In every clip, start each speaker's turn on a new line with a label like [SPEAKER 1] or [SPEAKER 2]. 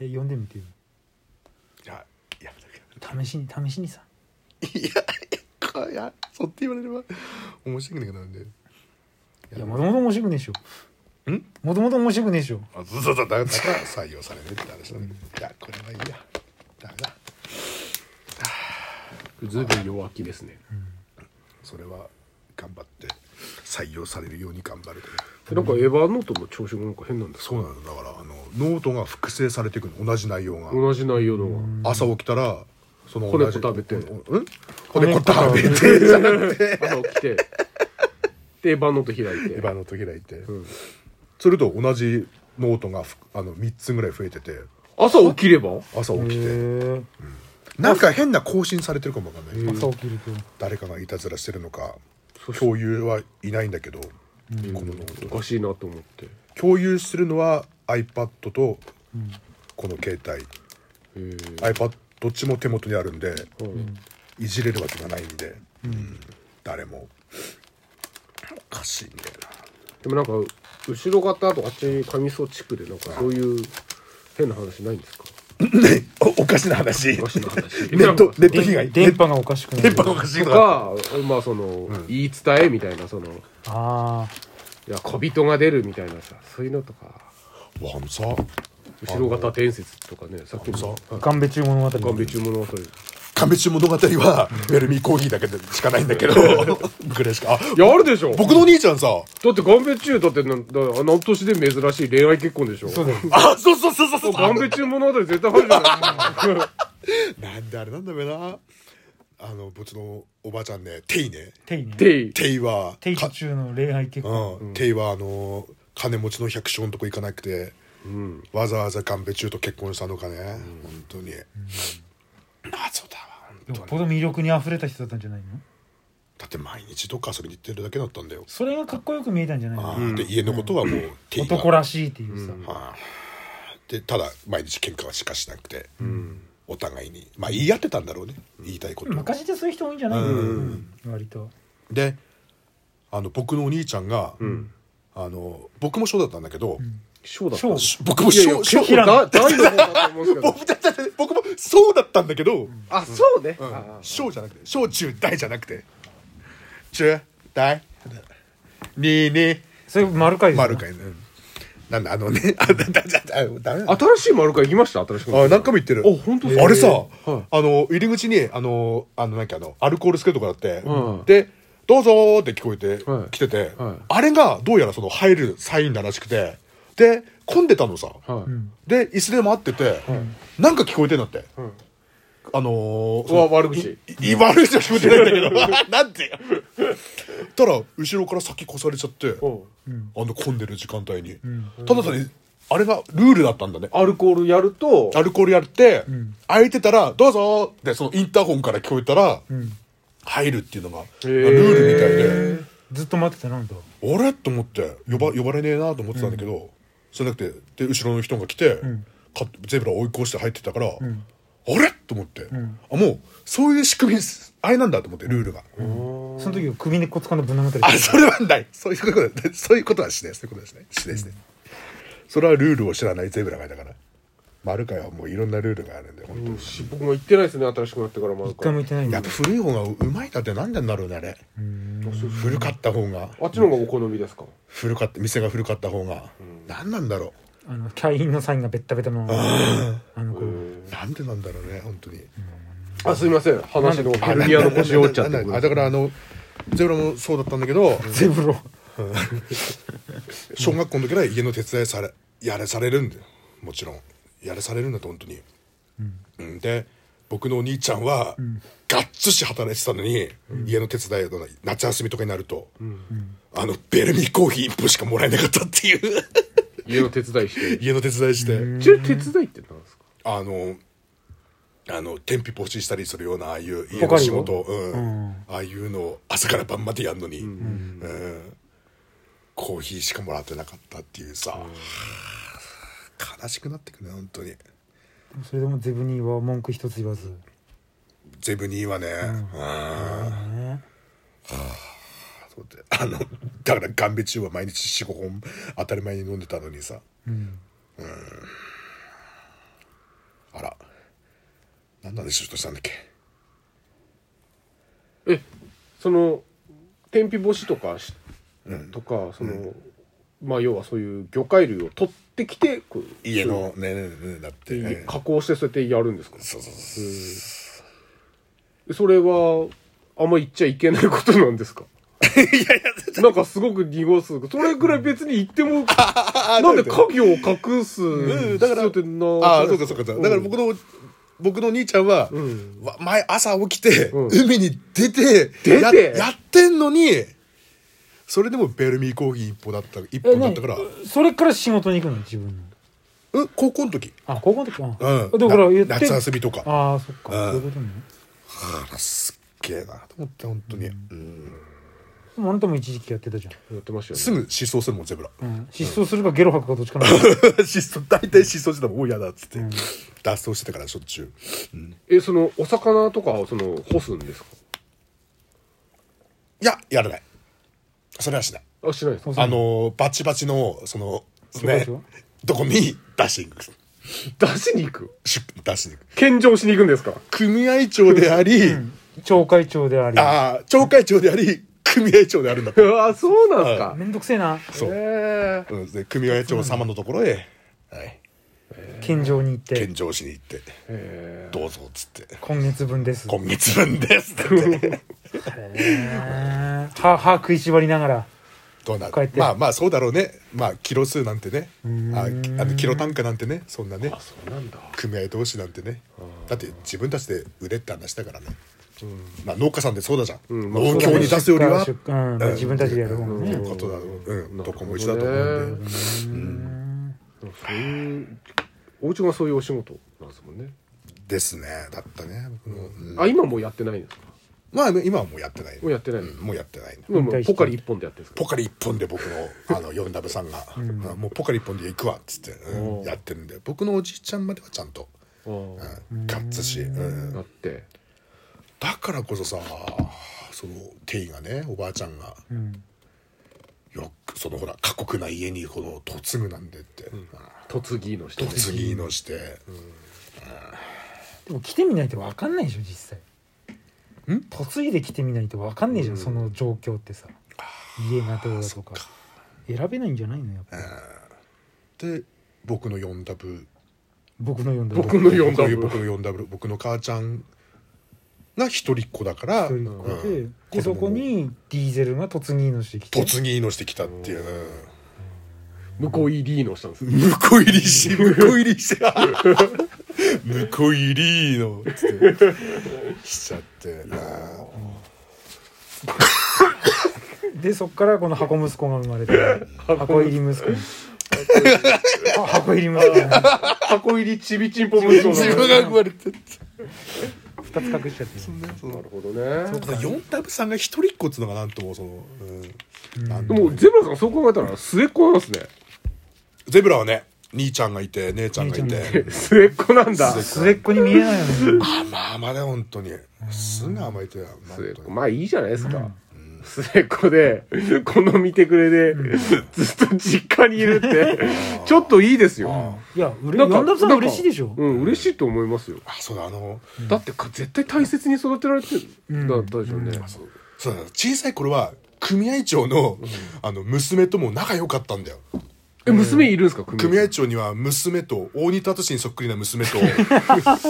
[SPEAKER 1] え読んでみてよ
[SPEAKER 2] いややめとけ
[SPEAKER 1] 試しに試しにさ
[SPEAKER 2] いやいやいやそうって言われれば面白くなくなるんで
[SPEAKER 1] いやもともと面白くねえでしょ
[SPEAKER 2] ん
[SPEAKER 1] もともと面白くねえでしょ
[SPEAKER 2] あそうそうそうだからだから採用されるって話なんだいやこれはいいやダメだ
[SPEAKER 3] ずいぶん弱気ですね
[SPEAKER 2] それは頑張って採用されるように頑張るとね
[SPEAKER 3] なんかエヴァノートの朝食なんか変なんですか
[SPEAKER 2] そうなのだからあのノートが複製されていくの同じ内容が
[SPEAKER 3] 同じ内容のが
[SPEAKER 2] 朝起きたらその
[SPEAKER 3] 骨
[SPEAKER 2] 同
[SPEAKER 3] 子
[SPEAKER 2] じ
[SPEAKER 3] 食べて
[SPEAKER 2] うん骨子食べてじゃなくて
[SPEAKER 3] 朝起きてでエヴァノート開いて
[SPEAKER 2] エヴァの時開いて、
[SPEAKER 3] ん
[SPEAKER 2] それと同じノートがふあの3つぐらい増えてて
[SPEAKER 3] 朝起きれば
[SPEAKER 2] 朝
[SPEAKER 1] へ
[SPEAKER 2] 起きて
[SPEAKER 1] え
[SPEAKER 2] なんか変な更新されてるかもわかんない、
[SPEAKER 1] 朝起きると
[SPEAKER 2] 誰かがいたずらしてるのか共有はいないんだけど、このノー
[SPEAKER 3] お
[SPEAKER 2] ト
[SPEAKER 3] かしいなと思ってへ
[SPEAKER 2] 共有するのは iPad とこの携帯、
[SPEAKER 3] え
[SPEAKER 2] iPad どっちも手元にあるんで、いじれるわけがないんで、うん誰もおかしいんだよ
[SPEAKER 3] でもなんか後ろ方とかあっちに上層地区でなんかそういう変な話ないんですか
[SPEAKER 2] な おおかしな話
[SPEAKER 3] おかしな話
[SPEAKER 2] ネットネット被害
[SPEAKER 1] で電波がおかしくな
[SPEAKER 2] 電
[SPEAKER 1] る
[SPEAKER 2] 波がおかしい
[SPEAKER 3] と
[SPEAKER 2] とか
[SPEAKER 3] かまあその、言い伝えみたいなそのい
[SPEAKER 1] ああ
[SPEAKER 3] や小人が出るみたいなさそういうのとか
[SPEAKER 2] わあのさ
[SPEAKER 3] 後ろ方伝説とかねさっき
[SPEAKER 2] さ
[SPEAKER 3] の
[SPEAKER 1] ガンベ中物語
[SPEAKER 3] 「ガンベ中物語」
[SPEAKER 2] 亀中物語はウェルミーコーヒーだけでしかないんだけ どぐらいしかあ
[SPEAKER 3] いやあるでしょ
[SPEAKER 2] 僕のお兄ちゃんさ
[SPEAKER 3] だってガンベ中だってなんだあの年で珍しい恋愛結婚でしょ
[SPEAKER 1] そうだよ
[SPEAKER 2] あそうそうそうそうそう
[SPEAKER 3] ガンベ中物語絶対入るじゃない
[SPEAKER 2] なんであれなんだべなあの僕のおばあちゃんねテイね
[SPEAKER 1] テイね
[SPEAKER 3] でい
[SPEAKER 2] テイは
[SPEAKER 1] テイ
[SPEAKER 2] か
[SPEAKER 1] 中の恋愛結婚
[SPEAKER 2] うん、テイはあの金持ちの百姓のとこ行かなくて、わざわざカンペ中と結婚したのかね、本当に、
[SPEAKER 1] よ
[SPEAKER 2] 謎だわ本
[SPEAKER 1] っ
[SPEAKER 2] 当に
[SPEAKER 1] ぽど魅力に溢れた人だったんじゃないの
[SPEAKER 2] だって毎日どっか遊びに行ってるだけだったんだよ、
[SPEAKER 1] それがかっこよく見えたんじゃない
[SPEAKER 2] あ
[SPEAKER 1] の
[SPEAKER 2] ーで家のことはもう、テイが
[SPEAKER 1] 男らしいっていうさ
[SPEAKER 2] あーでただ毎日喧嘩はしかしなくて、お互いにまあ言い合ってたんだろうね言いたいことを
[SPEAKER 1] 昔ってそういう人多いんじゃないのうん割と
[SPEAKER 2] であの僕のお兄ちゃんが、あの僕もそうだったんだけど、
[SPEAKER 3] ショーだった
[SPEAKER 1] そう
[SPEAKER 2] し僕も
[SPEAKER 3] いやいや
[SPEAKER 2] そうそう
[SPEAKER 1] 平野
[SPEAKER 3] だ大の方だと思うんですけど
[SPEAKER 2] 僕だだだ僕もそうだったんだけど、
[SPEAKER 3] あそうね、
[SPEAKER 2] うん
[SPEAKER 3] あ
[SPEAKER 2] 小じゃなくて小中大じゃなくて中大にに
[SPEAKER 1] それ丸かいです
[SPEAKER 2] 丸かいね、うんなんだあのねあだだだだダメだ
[SPEAKER 3] 新しい丸から行きました新しい丸
[SPEAKER 2] あ何回も言ってる
[SPEAKER 3] あ本当ですか
[SPEAKER 2] あれさ、
[SPEAKER 3] はい
[SPEAKER 2] あの入り口にあのあのなんかあのアルコールつけるとこだって、
[SPEAKER 3] はい
[SPEAKER 2] で「どうぞ」って聞こえて、
[SPEAKER 3] はい
[SPEAKER 2] 来てて、
[SPEAKER 3] はい
[SPEAKER 2] あれがどうやらその入るサインだらしくてで混んでたのさ、
[SPEAKER 3] はい、
[SPEAKER 2] で椅子で待ってて、なんか聞こえてんだって、
[SPEAKER 3] ん
[SPEAKER 2] あのー、
[SPEAKER 3] うわ悪口
[SPEAKER 2] いい悪いじゃ聞こえてないんだ けどなんてたら後ろから先越されちゃって、
[SPEAKER 3] おう
[SPEAKER 2] あの混んでる時間帯に、ただただあれがルールだったんだね
[SPEAKER 3] アルコールやると
[SPEAKER 2] アルコールやって、空いてたら、どうぞって、そのインターホンから聞こえたら、入るっていうのが、
[SPEAKER 3] へ
[SPEAKER 2] ル
[SPEAKER 3] ー
[SPEAKER 2] ールみたいで、
[SPEAKER 1] ずっと待ってたなんだ
[SPEAKER 2] あれと思って、呼ば、呼ばれねえなと思ってたんだけど、それなくて、で、後ろの人が来て、かゼブラを追い越して入ってたから、あれと思って、あ、もう、そういう仕組みです、あれなんだと思って、ルールが。
[SPEAKER 1] その時は首根っこ掴んだぶん殴った
[SPEAKER 2] あ、
[SPEAKER 1] り
[SPEAKER 2] それはない。そういうことだ、そういうことはしない。そういうことですね。しないですね。それはルールを知らないゼブラがいたから。丸川はもういろんなルールがあるんで、本当に
[SPEAKER 3] うんし僕も行ってないですね新しくなってから丸
[SPEAKER 1] 一回
[SPEAKER 3] から
[SPEAKER 1] も行ってないん
[SPEAKER 2] や
[SPEAKER 1] だ
[SPEAKER 2] っぱ古い方がうまいだってなんでなんだろうねあれ古かった方が
[SPEAKER 3] あっちの方がお好みですか
[SPEAKER 2] 古かった店が古かった方が何なんだろ
[SPEAKER 1] あのキャインのサインがベッタベタのあの子
[SPEAKER 2] うなんでなんだろうね本当に
[SPEAKER 3] あすいません話のヘルニアの腰を折っちゃって
[SPEAKER 2] なななあだからあのゼブラもそうだったんだけど
[SPEAKER 1] ゼブロ
[SPEAKER 2] 小学校の時から家の手伝いされやらされるんだよもちろんやらされるんだと本当に、うん、で僕のお兄ちゃんは、がっつし働いてたのに、家の手伝いの夏休みとかになると、あのベルミコーヒー1本しかもらえなかったっていう
[SPEAKER 3] 家の手伝いして
[SPEAKER 2] 家の手伝いして、
[SPEAKER 3] ちなみに手伝いって何ですか
[SPEAKER 2] あのあの天日ポチしたりするようなああいう家
[SPEAKER 1] 他
[SPEAKER 2] の
[SPEAKER 1] に
[SPEAKER 2] 仕
[SPEAKER 1] も
[SPEAKER 2] 事、うんああいうのを朝から晩までやるのに、うんコーヒーしかもらってなかったっていうさ、悲しくなってくね本当に
[SPEAKER 1] それでもゼブニーは文句一つ言わず
[SPEAKER 2] ゼブニーはね、うん
[SPEAKER 1] ね
[SPEAKER 2] そうであのだからガンベ中は毎日45本当たり前に飲んでたのにさ、うん、あら何なんでシフトしたんだっけ
[SPEAKER 3] えその天日干しとかし、とかその、まあ要はそういう魚介類を取ってきてこう
[SPEAKER 2] 家のねねねねだって、
[SPEAKER 3] そういう
[SPEAKER 2] ね
[SPEAKER 3] 加工してそうやってやるんですか
[SPEAKER 2] そうそうそう
[SPEAKER 3] それはあんま言っちゃいけないことなんで すか いやいやなんかすごく濁すそれぐらい別に言って もなんで家業を隠す
[SPEAKER 2] うん
[SPEAKER 3] 必
[SPEAKER 2] だから
[SPEAKER 3] 要ってな
[SPEAKER 2] ああそうかそうかそうかだから
[SPEAKER 3] ん
[SPEAKER 2] 僕の僕の兄ちゃんは、
[SPEAKER 3] ん
[SPEAKER 2] わ前朝起きて、
[SPEAKER 3] うん
[SPEAKER 2] 海に出て
[SPEAKER 3] 出
[SPEAKER 2] や
[SPEAKER 3] て
[SPEAKER 2] やってんのにそれでもベルミーコーヒー一本だった一本だったから
[SPEAKER 1] 何それから仕事に行くの自分の
[SPEAKER 2] うん高校の時
[SPEAKER 1] あ高校の時か
[SPEAKER 2] う
[SPEAKER 1] だ
[SPEAKER 2] ん
[SPEAKER 1] から言って
[SPEAKER 2] な夏遊びとか
[SPEAKER 1] ああそっか
[SPEAKER 2] う
[SPEAKER 1] そ
[SPEAKER 2] ん
[SPEAKER 1] ういうことね
[SPEAKER 2] あらすっげえなと思って本当に、うん
[SPEAKER 1] でもあなたも一時期やってたじゃん
[SPEAKER 3] やってましたよね
[SPEAKER 2] すぐ失踪するもんゼブラ
[SPEAKER 1] うん失踪するかゲロ吐くかどっちかな
[SPEAKER 2] 失踪大体失踪してたもんおいやだっつって、脱走してたからしょっちゅう
[SPEAKER 3] えそのお魚とかをその干すんですか
[SPEAKER 2] いややらないそれはしない
[SPEAKER 3] あしないですか
[SPEAKER 2] あのバチバチのその
[SPEAKER 1] バ
[SPEAKER 2] ね
[SPEAKER 1] チは
[SPEAKER 2] どこに出していく
[SPEAKER 3] 出しに行く
[SPEAKER 2] 出出していく
[SPEAKER 3] 献上しに行くんですか
[SPEAKER 2] 組合長であり、
[SPEAKER 1] 町会長であり
[SPEAKER 2] ああ町会長であり組合 長であるんだ
[SPEAKER 3] うわそうなんですか
[SPEAKER 1] めんどくせえな
[SPEAKER 2] そう
[SPEAKER 3] へえ
[SPEAKER 2] うんで組合長様のところへ、はい、
[SPEAKER 1] 献上に行って
[SPEAKER 2] 献上しに行って
[SPEAKER 3] へ
[SPEAKER 2] どうぞっつって
[SPEAKER 1] 今月分です
[SPEAKER 2] 今月分 ですって言って
[SPEAKER 1] へー歯歯食いしばりながら
[SPEAKER 2] どうな
[SPEAKER 1] こうや
[SPEAKER 2] る
[SPEAKER 1] って
[SPEAKER 2] まあまあそうだろうねまあキロ数なんてねあきあのキロ単価なんてねそんなね
[SPEAKER 3] ーあそうなんだ
[SPEAKER 2] 組合同士なんてねだって自分たちで売れって話だからね、まあ、農家さんでそうだじゃん、農協に出すよりは
[SPEAKER 1] 出荷うん自分たちでやる方が
[SPEAKER 2] という
[SPEAKER 1] ね
[SPEAKER 2] ことだろう、うん、どこも一
[SPEAKER 3] 一
[SPEAKER 2] 緒
[SPEAKER 3] 緒
[SPEAKER 2] だと思うんで、
[SPEAKER 3] そういうお家がそういうお仕事なんですもんね
[SPEAKER 2] ですねだったね僕も、うん
[SPEAKER 3] あ今もうやってないんですか
[SPEAKER 2] まあ今はもうやってない
[SPEAKER 3] もうやってない
[SPEAKER 2] うんもうやってないね
[SPEAKER 3] 今も
[SPEAKER 1] 引退
[SPEAKER 3] う
[SPEAKER 1] して
[SPEAKER 3] ポカリ一本でやってるんですか
[SPEAKER 2] ポカリ一本で僕のあの4ダブさんが、うんもうポカリ一本で行くわっつって、うん
[SPEAKER 3] おー
[SPEAKER 2] やってるんで僕のおじいちゃんまではちゃんと、
[SPEAKER 3] あ
[SPEAKER 2] うん、ガッツし、うん
[SPEAKER 3] あだって
[SPEAKER 2] だからこそさそのテイがねおばあちゃんが、よくそのほら過酷な家にこの嫁ぐなんでって、
[SPEAKER 3] 嫁ぎの人ね
[SPEAKER 2] 嫁ぎのして、
[SPEAKER 1] でも来てみないと分かんないでしょ実際ん嫁いで来てみないと分かんないじゃんその状況ってさ家がどうだとか選べないんじゃないのやっぱ
[SPEAKER 2] で僕の 4W
[SPEAKER 1] 僕の読んだ
[SPEAKER 3] 僕の4ダブ
[SPEAKER 2] 僕の 4W 僕の母ちゃんが一人っ子だから
[SPEAKER 1] 一人っ子ででそこにディーゼルが突入のしてきて
[SPEAKER 2] 嫁ぎのしてきたっていう、うん
[SPEAKER 3] 向こう入りのしたんです
[SPEAKER 2] 向こう入りし、向こう入りし、向こう入りの、つって、 しちゃって、な
[SPEAKER 1] でそっからこの箱息子が生まれて箱入り息子にあ箱入り息子に
[SPEAKER 3] 箱入りちびちんぽ息子
[SPEAKER 2] 自
[SPEAKER 3] な
[SPEAKER 2] 分が生まれて
[SPEAKER 1] 2つ隠しちゃってる
[SPEAKER 3] なるほどね
[SPEAKER 2] 四タブさんが一人っ子っつうのがなんとも、その、うんなんと
[SPEAKER 3] でも
[SPEAKER 2] も
[SPEAKER 3] ゼブラさんそう考えたら末っ子なんですね
[SPEAKER 2] ゼブラはね、兄ちゃんがいて、姉ちゃんがい
[SPEAKER 1] 姉ち
[SPEAKER 2] て、
[SPEAKER 3] 末っ子なんだ
[SPEAKER 1] 末っ子に見えないよね
[SPEAKER 2] まあまあね、本当に。すぐ甘えてたよ、
[SPEAKER 3] 末っ子
[SPEAKER 2] 本
[SPEAKER 3] まあいいじゃないですか末っ子でこの見てくれでずっと実家にいる ってちょっといいですよ
[SPEAKER 1] いやうれ
[SPEAKER 3] なんか
[SPEAKER 1] 四田さん
[SPEAKER 3] なんか
[SPEAKER 1] 嬉しいでしょ
[SPEAKER 3] うん嬉しいと思いますよ
[SPEAKER 2] 当にあ、そうだ、あの、
[SPEAKER 3] だってか絶対大切に育てられてるんだったでしょうね
[SPEAKER 2] そうだ、小さい頃は、組合長の、あの、娘とも仲良かったんだよ。
[SPEAKER 3] え娘いるんですか組
[SPEAKER 2] 組合長には娘と大仁田敏にそっくりな娘 と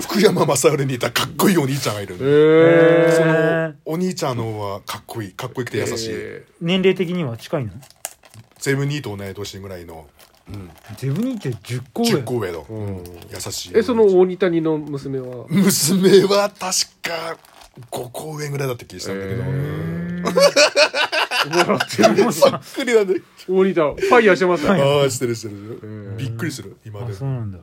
[SPEAKER 2] 福山雅治に似たかっこいいお兄ちゃんがいるんで
[SPEAKER 3] え
[SPEAKER 2] そ
[SPEAKER 1] へ
[SPEAKER 2] のお兄ちゃんの方はかっこいいかっこよくて優しい、
[SPEAKER 1] 年齢的には近いの
[SPEAKER 2] ゼムニーと同い年ぐらいの
[SPEAKER 1] ゼブニーって10個上
[SPEAKER 2] 10個上の、うん優しい
[SPEAKER 3] えその大仁谷の娘は
[SPEAKER 2] 娘は確か5個上ぐらいだった気がしたんだけど、
[SPEAKER 3] 笑 ってる
[SPEAKER 2] そっくり なんだよ
[SPEAKER 3] 大仁田ファイヤーしてますね
[SPEAKER 2] ああしてるしてるしてるびっくりする
[SPEAKER 1] あ
[SPEAKER 2] 今で
[SPEAKER 1] そうなん だ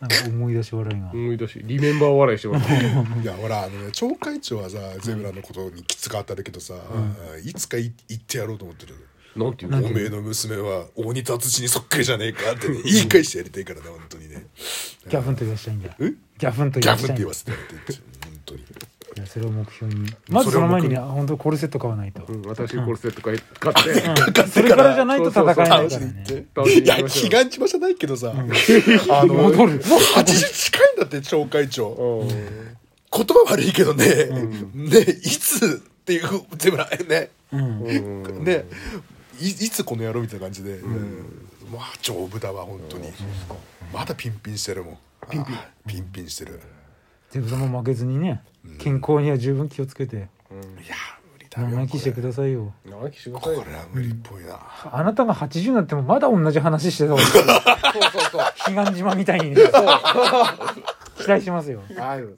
[SPEAKER 1] なんか思い出し笑いが
[SPEAKER 3] 思い出しリメンバー笑いして ますね
[SPEAKER 2] いやほらあのね町会長はさゼブラのことにきつかっただけどさ、いつかい言ってやろうと思ってる
[SPEAKER 3] なんていう
[SPEAKER 2] お
[SPEAKER 3] の
[SPEAKER 2] めえの娘は大仁田敦にそっくりじゃねえかって、ね、言い返してやりたいからね本当にね
[SPEAKER 1] ギャフンと言わしたいんだ
[SPEAKER 2] え
[SPEAKER 1] ギャフンと
[SPEAKER 2] ギ
[SPEAKER 1] 言
[SPEAKER 2] ャ
[SPEAKER 1] わし
[SPEAKER 2] フンったて
[SPEAKER 1] いん
[SPEAKER 2] 言
[SPEAKER 1] だ
[SPEAKER 2] わせてやりたいって本当に
[SPEAKER 1] じゃあそれを目標にまずその前にね本当コルセット買わないと、
[SPEAKER 3] うん、私コルセット買い買って、
[SPEAKER 1] それからじゃないと戦えないから
[SPEAKER 2] 楽し
[SPEAKER 1] ね
[SPEAKER 2] い
[SPEAKER 3] そう
[SPEAKER 2] って。
[SPEAKER 3] そう
[SPEAKER 2] いや、祈願島じゃないけどさ、
[SPEAKER 1] あの戻る
[SPEAKER 2] もう80近いんだって、町会長。
[SPEAKER 3] うん
[SPEAKER 2] 言葉悪いけどね、ね、いつっていう、全部ね、
[SPEAKER 1] うん
[SPEAKER 2] ね、いいつこの野郎みたいな感じで、うんまあ、丈夫だわ、本当に。まだピンピンしてるもん。ピンピン。ピンピンしてる。
[SPEAKER 1] でもも負けずにね健康には十分気をつけて
[SPEAKER 2] いや、無理だよ。
[SPEAKER 1] 生意気してくださいよ
[SPEAKER 3] 長生きしてくだ
[SPEAKER 2] こ
[SPEAKER 3] さ
[SPEAKER 2] れ
[SPEAKER 3] いよ
[SPEAKER 2] これは無理っぽいな。
[SPEAKER 1] あなたが80になってもまだ同じ話してたわ
[SPEAKER 3] そうそうそう
[SPEAKER 1] 悲願島みたいにね期待しますよ
[SPEAKER 3] ああいう